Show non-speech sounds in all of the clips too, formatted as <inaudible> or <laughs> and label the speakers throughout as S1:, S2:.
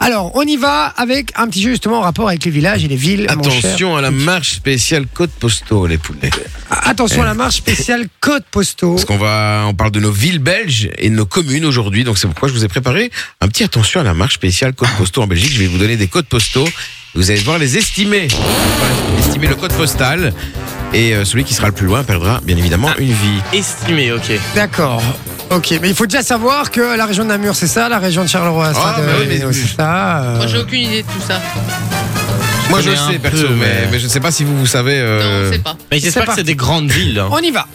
S1: Alors, on y va avec un petit jeu justement en rapport avec les villages et les villes. mon cher.
S2: Attention à la marche spéciale Côte Postaux, les poulets.
S1: Ah, Attention à la marche spéciale code postaux.
S2: Parce qu'on va, on parle de nos villes belges et de nos communes aujourd'hui. Donc c'est pourquoi je vous ai préparé un petit attention à la marche spéciale Côte Postaux en Belgique. Je vais vous donner des codes postaux. Vous allez devoir les estimer. Voilà, Estimer le code postal. Et euh, celui qui sera le plus loin perdra bien évidemment une vie.
S3: Estimé, ok.
S1: D'accord. Ok, mais il faut déjà savoir que la région de Namur, c'est ça, la région de Charleroi, c'est
S2: Ah,
S1: ça, de-
S2: bah oui, mais-
S1: c'est ça. euh,
S4: Moi, j'ai aucune idée de tout ça.
S2: Moi je
S3: connais un
S2: sais perso,
S3: peu,
S2: mais,
S3: mais-
S2: mais je ne sais pas si vous vous savez. euh,
S4: Non, on sait pas.
S3: Mais
S1: C'est
S3: j'espère que
S1: parti.
S3: c'est des grandes villes. hein.
S1: On y va.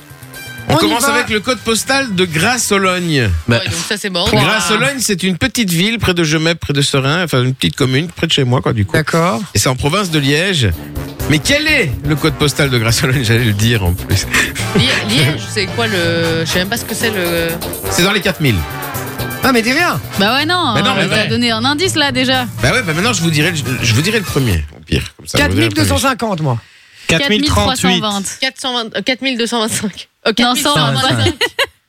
S2: On,
S1: On y
S2: commence
S1: va.
S2: avec le code postal de Grasse-Sologne.
S3: Bah,
S4: Ouais, donc ça, c'est mort.
S2: Grasse-Sologne, c'est une petite ville près de Gemep, près de Serein, enfin une petite commune près de chez moi, quoi, du coup.
S1: D'accord.
S2: Et c'est en province de Liège. Mais quel est le code postal de Grasse-Sologne <laughs> J'allais le dire en plus.
S4: Li- Liège, c'est quoi le. Je sais même pas ce que c'est le.
S2: C'est dans les 4000.
S1: Ah, mais t'es rien.
S5: Bah ouais, non,
S2: Mais non,
S5: on
S2: mais
S5: vous a
S2: ouais.
S5: donné un indice là déjà.
S2: Bah ouais, bah maintenant je vous dirai le, je vous dirai le premier, au pire. Comme ça, vous verrez le premier.
S1: 4250, moi.
S3: 4038.
S5: 4320.
S4: 420 euh, 4225. Euh,
S5: Non,
S4: 4125.
S3: Moi,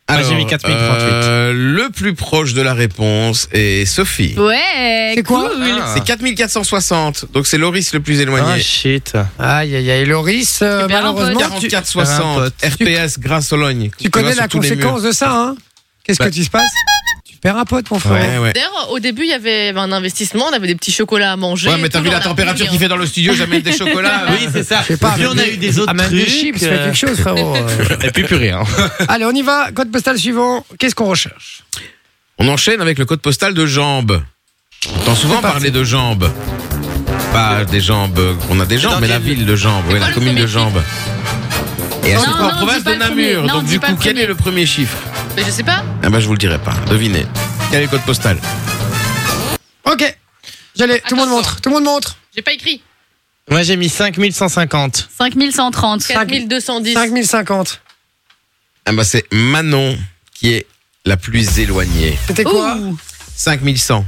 S3: j'ai
S2: Alors,
S3: mis 4038.
S2: euh, le plus proche de la réponse est Sophie.
S5: Ouais,
S1: C'est quoi
S5: cool.
S2: C'est 4460. Donc c'est Loris le plus
S3: Ah
S2: éloigné.
S3: shit.
S1: Aïe, aïe, aïe. Loris, euh,
S5: Eh ben,
S1: malheureusement,
S5: un
S1: tu,
S2: 4460.
S1: Tu-
S2: RPS Grasse-Sologne.
S1: tu connais la
S2: sur tous les murs.
S1: conséquence de ça, hein Qu'est-ce
S2: Bah-
S1: que tu se passes Tu perds un pote, mon frère.
S2: Ouais, ouais.
S4: D'ailleurs, au début, il y avait un investissement, on avait des petits chocolats à manger.
S2: Ouais, mais t'as vu la température qu'il fait dans le studio, j'amène des chocolats.
S3: Oui, c'est ça.
S1: Je sais pas,
S3: Puis on a eu des autres
S1: amène
S3: trucs.
S1: des chips, fais
S3: euh,
S1: quelque chose, frérot.
S2: <laughs>
S1: Euh,
S3: Et puis plus rien.
S1: Allez, on y va. Code postal suivant. Qu'est-ce qu'on recherche
S2: On enchaîne avec le code postal de jambes. T'entends souvent parler de jambes. Pas des jambes, on a des jambes,
S3: dans
S2: mais la
S3: quelle
S2: ville de jambes, ouais,
S4: quoi
S2: la
S4: le
S2: commune de
S4: premier
S2: jambes. Et elle
S5: Non,
S2: se trouve en
S5: non, dis
S2: province
S5: pas
S2: de
S5: le premier.
S2: Namur.
S5: Non,
S2: Donc
S5: dis
S2: du
S5: pas
S2: coup,
S5: le
S2: quel
S5: premier.
S2: est le premier chiffre
S4: Mais je sais pas.
S2: Ah bah je vous le dirai pas. Devinez. Quel est le code postal
S1: Ok. J'allais. Tout le monde
S4: Attention.
S1: montre. Tout le monde montre.
S4: J'ai pas écrit.
S3: <laughs> Moi, j'ai mis 5150.
S5: 5130.
S4: 4210.
S1: 5050.
S2: Ah bah c'est Manon qui est la plus éloignée.
S1: C'était quoi
S5: Ouh.
S2: 5100.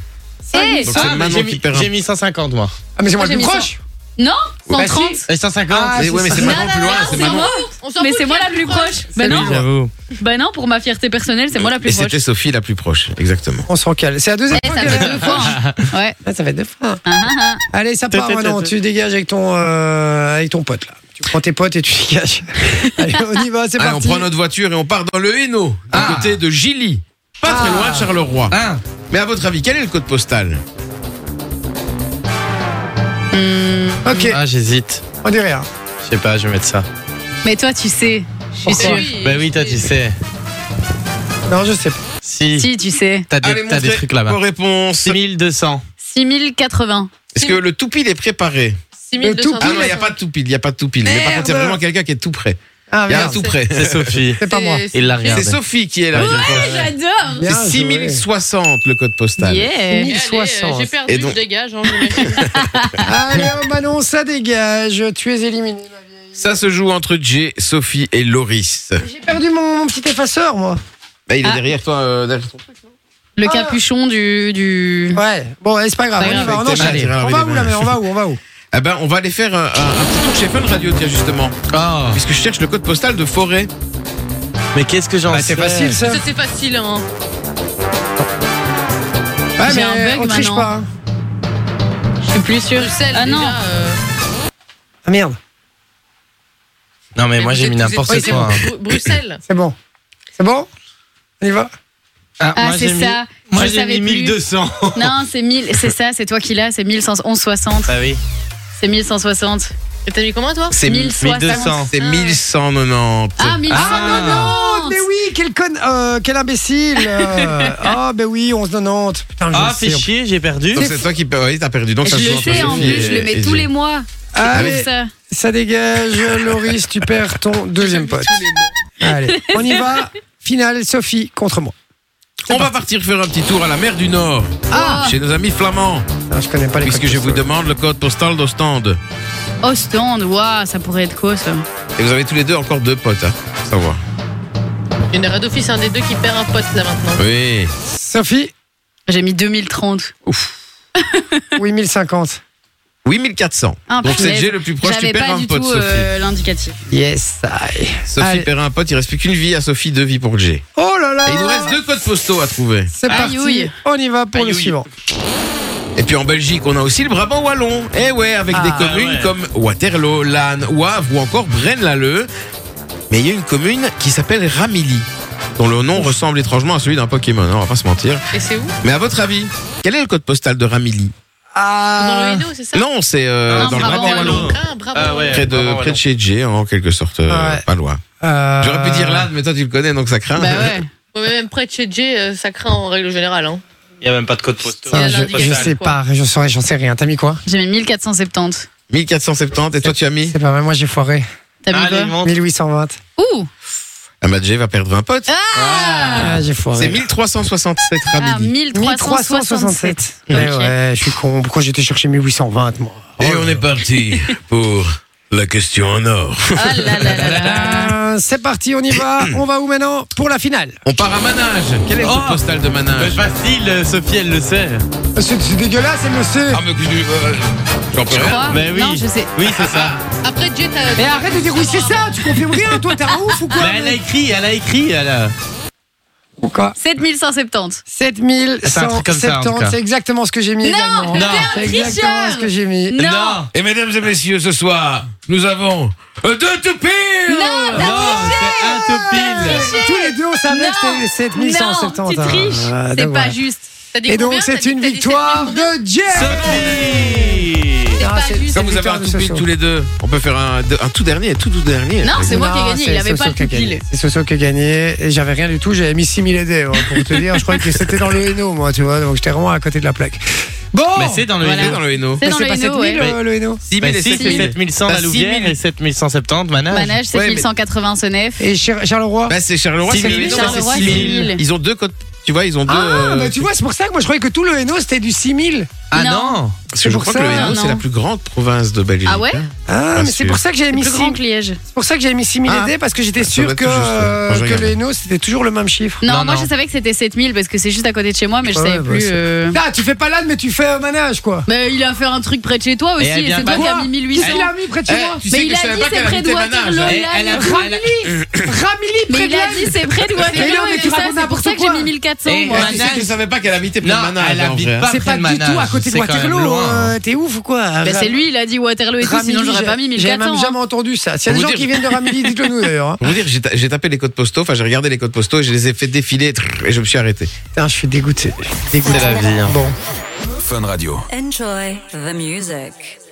S5: Eh,
S2: Donc c'est Manon
S3: Ah, j'ai
S2: qui
S3: mis,
S2: perd un.
S3: j'ai mis 150, moi.
S1: Ah, mais c'est moi
S4: Moi,
S1: le
S4: j'ai
S1: plus
S4: mis
S1: proche.
S5: Non
S3: Bah,
S5: 130
S3: si. Et 150.
S2: Mais ouais, mais c'est
S5: Non,
S2: Manon
S5: non,
S2: plus loin,
S4: Ah,
S5: non,
S2: c'est
S5: c'est
S2: Manon.
S5: moi.
S4: On s'en
S5: Mais
S4: fout
S5: c'est
S4: qui
S5: moi
S4: est
S5: la plus proche. Bah
S3: Oui,
S5: non,
S3: j'avoue.
S5: bah non, pour ma fierté personnelle, c'est moi la
S2: Et
S5: plus proche.
S2: c'était Sophie la plus proche, exactement.
S1: On s'en cale. C'est la deuxième
S5: Eh,
S1: fois.
S5: ça
S1: que-
S5: fait deux fois. hein. Ouais.
S1: Ah, ça fait deux fois.
S5: Ah, ah, ah.
S1: Allez, ça
S3: Tut,
S1: part
S3: tut,
S1: maintenant.
S3: tut,
S1: Tu dégages avec ton, euh, avec ton pote là. Tu prends tes potes et tu <laughs> dégages. Allez, on y va, c'est
S2: Allez, on
S1: parti.
S2: prend notre voiture et on part dans le Hainaut, à
S3: Ah.
S2: côté de Gilly, pas très
S1: Ah.
S2: loin de Charleroi.
S3: Hein
S2: Mais à votre avis, quel est le code postal
S1: Ok,
S3: Ah, j'hésite.
S1: on dit rien.
S3: Je sais pas, je vais mettre ça.
S5: Mais toi, tu sais. Je suis
S4: proche.
S5: sûre.
S4: Ah Oui,
S3: Bah oui, toi, tu sais.
S1: Non, je sais pas.
S3: Si,
S5: Si, tu sais.
S3: t'as des, t'as des
S2: montrez
S3: trucs là-bas.
S2: vos réponses.
S3: 6200.
S5: 6080.
S2: Est-ce que le toupil est préparé Ah non, il n'y a
S4: 6210.
S2: pas de toupil, il n'y a pas de toupil. Mais par contre, il y a
S1: Merde.
S2: vraiment quelqu'un qui est tout près.
S1: Ah,
S2: Il y a un
S1: merde.
S2: tout près.
S3: C'est <laughs> Sophie.
S1: C'est pas moi.
S4: C'est-
S3: Il l'a
S2: <laughs>
S3: regardé.
S2: C'est Sophie qui est là.
S4: Ah,
S5: J'adore
S1: Bien
S2: C'est
S1: joué.
S2: 6060 le code postal.
S5: Yeah
S4: Allez, euh,
S1: 1060.
S4: J'ai
S2: Et
S4: perdu,
S2: donc-
S4: je dégage. hein,
S5: <laughs>
S4: j'imagine.
S1: Allez, oh, Manon, ça dégage. Tu es éliminé. ma vieille.
S2: Ça se joue entre Jay, Sophie et Loris.
S1: J'ai perdu mon, mon petit effaceur, moi.
S2: Bah, il est
S5: Ah.
S2: derrière toi. euh, derrière ton-
S5: Le
S1: Ah.
S5: capuchon du. du...
S1: Ouais. Bon, eh, c'est pas grave.
S5: Pas
S1: on y
S5: grave.
S1: va. On
S2: T'es
S1: enchaîne.
S2: mal, t'es mal,
S1: On
S2: oui,
S1: va
S2: t'es
S1: où là
S2: mal.
S1: mais On va où On va où
S2: Eh ben, on va aller faire un, un- un petit tour chez Fun Radio, tiens, justement.
S3: Oh,
S2: Puisque je cherche le code postal de Forêt.
S3: mais qu'est-ce que j'en
S1: Bah,
S3: sais
S1: C'est facile, ça.
S4: Ça, c'est facile. Hein.
S1: Ouais,
S5: J'ai
S1: mais
S5: un bug,
S1: on triche
S5: Manon.
S1: pas. hein.
S5: Je suis plus sûre.
S4: Bruxelles,
S5: Ah non.
S4: déjà, euh,
S1: Ah merde,
S3: Non, mais Bah, moi,
S4: vous
S3: j'ai
S4: êtes-
S3: mis
S4: vous êtes-
S3: n'importe
S4: oui, c'est
S3: quoi.
S4: bon.
S3: hein.
S4: Bru- Bruxelles.
S1: c'est bon. C'est bon On y va
S5: Ah,
S3: moi,
S5: c'est
S3: j'ai mis-
S5: ça.
S3: Moi,
S5: Je
S3: j'ai
S5: savais
S3: mis
S5: plus.
S3: 1200.
S5: Non, c'est 1000. C'est ça, c'est toi qui l'as. C'est 1160.
S3: Ah oui.
S5: C'est 1160.
S4: Et t'as mis comment, toi
S2: C'est
S5: 1160.
S2: C'est 1190.
S5: Ah, 1190.
S1: Oh, mais oui, quel con, euh, quel imbécile. euh. Ah, ben oui, 11,90. Putain, je
S3: Ah,
S1: le
S3: fais
S1: sais.
S3: chier, j'ai perdu.
S2: Donc c'est toi qui oui, t'as perdu. Donc ça se
S5: Je
S2: joue
S5: le
S2: entre
S5: sais en
S2: Sophie
S5: plus, je
S2: et-
S5: le mets
S2: et
S5: tous
S2: Gilles.
S5: les mois. euh,
S1: Allez,
S5: Pour ça.
S1: ça dégage, Loris, tu perds ton deuxième pote. Allez, on y va. Finale, Sophie contre moi.
S2: On va partir faire un petit tour à la mer du Nord,
S5: Ah
S2: chez nos amis flamands,
S1: Ah, je connais pas les
S2: puisque
S1: codes
S2: je vous
S1: postaux.
S2: demande le code postal d'Ostende.
S5: Ostende, waouh, ça pourrait être quoi ça
S2: Et vous avez tous les deux encore deux potes, hein, pour savoir.
S4: Il y en aura d'office un des deux qui perd un pote, là, maintenant.
S2: Oui.
S1: Sophie,
S5: J'ai mis 2030.
S1: oui, 1050.
S2: 8400.
S5: Ah,
S2: Donc c'est
S5: punaise.
S2: G le plus proche, tu
S5: J'avais
S2: perds
S5: pas
S2: un
S5: du
S2: pote,
S5: tout
S2: Sophie.
S5: euh, l'indicatif.
S1: Yes, I.
S2: Sophie
S1: allez.
S2: perd un pote, il reste plus qu'une vie à Sophie, deux vies pour G.
S1: Oh là là
S2: Et il nous reste deux codes postaux à trouver.
S1: C'est
S5: Aïe,
S1: parti,
S5: ouille.
S1: on y va pour
S3: Aïe,
S1: le
S3: ouille.
S1: suivant.
S2: Et puis en Belgique, on a aussi le Brabant wallon. Eh ouais, avec
S5: Ah,
S2: des communes
S3: ouais.
S2: comme Waterloo, Lannes, Wavre ou encore Braine-l'Alleud. Mais il y a une commune qui s'appelle Ramilly, dont le nom ressemble étrangement à celui d'un Pokémon, hein, on va pas se mentir.
S4: Et c'est où
S2: Mais à votre avis, quel est le code postal de Ramilly
S1: Ah,
S4: Dans le Hainaut, c'est ça
S2: Non, c'est euh,
S5: Non,
S2: dans le
S5: Brabant
S2: Brabant
S5: wallon.
S2: wallon.
S4: Ah, bravo.
S3: Ah ouais.
S2: Près de,
S3: Brabant
S2: près de chez Jay, hein, en quelque sorte, euh,
S1: Ouais.
S2: pas loin.
S1: euh,
S2: J'aurais pu dire Lannes, mais toi tu le connais, donc ça craint.
S5: Bah
S2: <laughs>
S5: ouais.
S4: Ouais, mais même près de chez Jay, euh, ça craint en règle générale. Hein.
S3: Il n'y a même pas de code postal.
S1: ah,
S4: Il y a
S1: je,
S4: l'indicateur,
S1: je sais
S4: quoi.
S1: pas, je saurais, j'en sais rien. T'as mis quoi
S5: J'ai mis 1470.
S2: 1470, et toi tu as mis
S1: C'est pas mal, moi j'ai foiré.
S5: T'as mis
S3: Allez,
S5: quoi
S3: monte.
S1: 1820.
S5: Ouh
S2: Amadjé va perdre un pote.
S1: Ah, j'ai foiré.
S2: C'est 1367
S5: Ah,
S2: Ramilly.
S5: 1367.
S1: Eh
S5: Ok.
S1: ouais, je suis con. Pourquoi j'étais chercher 1820, moi
S2: Et on est parti pour la question en or.
S5: Oh là là
S1: <laughs>
S5: là là.
S1: Euh, C'est parti, on y va.
S3: <coughs>
S1: on va où maintenant Pour la finale.
S2: On part à Manage. Quel est le
S3: Oh.
S2: code postal de
S3: Mais
S2: Manage
S3: facile, euh, Sophie, elle le sait.
S1: C'est c'est dégueulasse, elle le sait.
S3: Ah.
S2: mais que je- euh, j'en peux rien.
S5: Quoi
S3: Mais Bah oui.
S5: Ah, Non, je sais. Ah,
S3: Oui, c'est ça.
S4: Après Jay, t'as.
S1: Mais arrête de dire oui, c'est ça. Tu confirmes rien, toi, t'es un ouf ou quoi
S3: Mais Bah, elle a écrit, elle a écrit, elle a.
S1: Pourquoi
S5: 7170.
S3: C'est un truc comme ça, en tout
S1: 7170,
S3: cas.
S1: c'est exactement ce que j'ai mis
S5: Non,
S1: également.
S5: t'es
S3: un
S1: c'est
S5: tricheur.
S1: exactement ce que j'ai mis.
S5: Non.
S2: Et mesdames et messieurs, ce soir, nous avons euh, deux toupies
S5: Non,
S3: Non, c'est un topil.
S1: Tous les deux, on savait
S5: Non.
S1: que c'était
S5: Non,
S1: 7170.
S5: tu triches.
S1: Ah,
S5: C'est
S1: donc voilà.
S5: pas juste.
S4: t'as dit
S1: Et donc,
S4: combien
S1: c'est
S4: T'as dit-
S1: une
S4: t'as dit
S1: victoire de Jeff.
S3: Sophie
S1: Ah,
S4: pas juste.
S2: Comme vous avez
S1: victoire
S2: un
S1: de
S2: toupie
S1: Soso.
S2: tous les deux, on peut faire un, un tout dernier, tout tout dernier.
S5: Non, c'est moi qui ai
S1: Non,
S5: gagné,
S1: c'est
S5: il avait
S1: Soso
S5: pas le
S1: qui a
S5: pupille.
S1: gagné. C'est Soso qui a gagné. Et j'avais rien du tout. J'avais mis 6000 aidés, hein, pour te dire. Je croyais que c'était dans le Hainaut, moi, tu vois. Donc, j'étais vraiment à côté de la plaque. Bon!
S3: Mais Bah, c'est dans le
S5: Voilà.
S2: C'est dans le Hainaut.
S5: C'est
S1: Mais
S5: dans
S1: c'est
S5: le
S1: pas
S5: Hainaut,
S1: 7000,
S5: ouais.
S1: le, le Hainaut.
S2: 6
S3: Bah,
S2: 000 et
S3: si,
S2: 7
S3: c'est
S2: 000.
S3: 7100
S2: Bah,
S3: la Louvière
S2: 6000.
S3: et 7170 Manage.
S5: Manage,
S2: Ouais, mais-
S5: 7180 Senef.
S1: Et Char- Charleroi?
S2: Bah, c'est Charleroi,
S3: Six
S2: c'est
S3: mille,
S2: le Hainaut,
S5: Charleroi,
S2: c'est
S5: six
S2: 6 000.
S5: mille.
S2: Ils ont deux codes, tu vois, ils ont deux.
S1: Ah,
S2: euh,
S1: bah, tu vois, c'est pour ça que moi, je croyais que tout le Hainaut, c'était du 6000.
S3: Ah
S5: Non.
S3: non
S2: Parce que je
S1: pour
S2: crois
S1: ça,
S2: que le Hainaut,
S5: non.
S2: c'est la plus grande province de Belgique.
S5: Ah ouais
S2: hein.
S1: Ah,
S2: Ah,
S1: mais c'est
S2: sûr.
S1: pour ça que j'avais mis
S5: Plus
S1: 6
S5: grand que Liège.
S1: C'est pour ça que j'avais mis 6000
S2: Ah.
S1: aidés, parce que j'étais
S2: Ça
S1: sûr
S2: doit être
S1: que,
S2: tout juste, ouais.
S1: euh,
S2: Quand je
S1: que
S2: regarde.
S1: le Hainaut, c'était toujours le même chiffre.
S5: Non,
S3: Non,
S5: moi
S3: non.
S5: je savais que c'était 7000 parce que c'est juste à côté de chez moi, mais je
S1: Ouais,
S5: savais
S1: ouais,
S5: plus.
S1: bah,
S5: euh,
S1: Ah, tu fais pas l'âne, mais tu fais un manège, quoi.
S5: Mais il a fait un truc près de chez toi aussi,
S3: Et elle
S5: et
S3: vient
S5: c'est toi
S3: pas.
S5: qui as
S1: Quoi
S5: mis
S1: Qui
S5: 1800.
S1: c'est l'a mis près de chez moi
S2: tu
S5: Mais
S2: sais que
S5: il
S2: je
S5: a
S2: savais
S5: dit
S2: pas
S5: c'est
S2: qu'elle
S5: près de
S2: habitait Manage,
S5: Waterloo,
S2: hein.
S5: il a-
S3: Eh, Elle
S5: il
S3: a-
S5: a-
S1: Ramilly Ramilly
S5: Mais
S1: près de
S5: il a
S1: l'âne
S5: dit c'est près de
S1: Mais non,
S5: Waterloo,
S1: mais
S5: et
S1: tu
S5: ça,
S1: racontes
S5: c'est pour
S1: n'importe
S5: ça que
S1: quoi.
S5: j'ai mis 1400.
S3: Et
S5: moi.
S3: elle
S2: Ah, tu sais que je savais pas qu'elle habitait près de
S3: Non,
S2: Manage.
S3: elle
S2: en
S3: habite
S2: vrai. hein.
S3: pas.
S1: C'est pas
S3: Après le
S1: du tout à
S3: manège,
S1: côté de
S3: c'est quand même
S1: Waterloo.
S3: loin.
S1: euh, T'es ouf ou quoi
S5: Bah, c'est
S1: Ramilly,
S5: lui, il a dit Waterloo et tout, sinon j'aurais pas mis
S1: J'avais même
S5: 1400.
S1: jamais entendu ça. S'il y a des
S2: Vous
S1: gens
S2: dire-
S1: qui viennent de Ramilly, dites-le nous d'ailleurs. hein.
S2: Pour vous dire, j'ai ta- j'ai tapé les codes postaux, enfin j'ai regardé les codes postaux et je les ai fait défiler trrr, et je me suis arrêté.
S1: Putain, je suis dégoûté.
S3: hein. C'est la vie.
S1: Bon.
S6: Enjoy the music.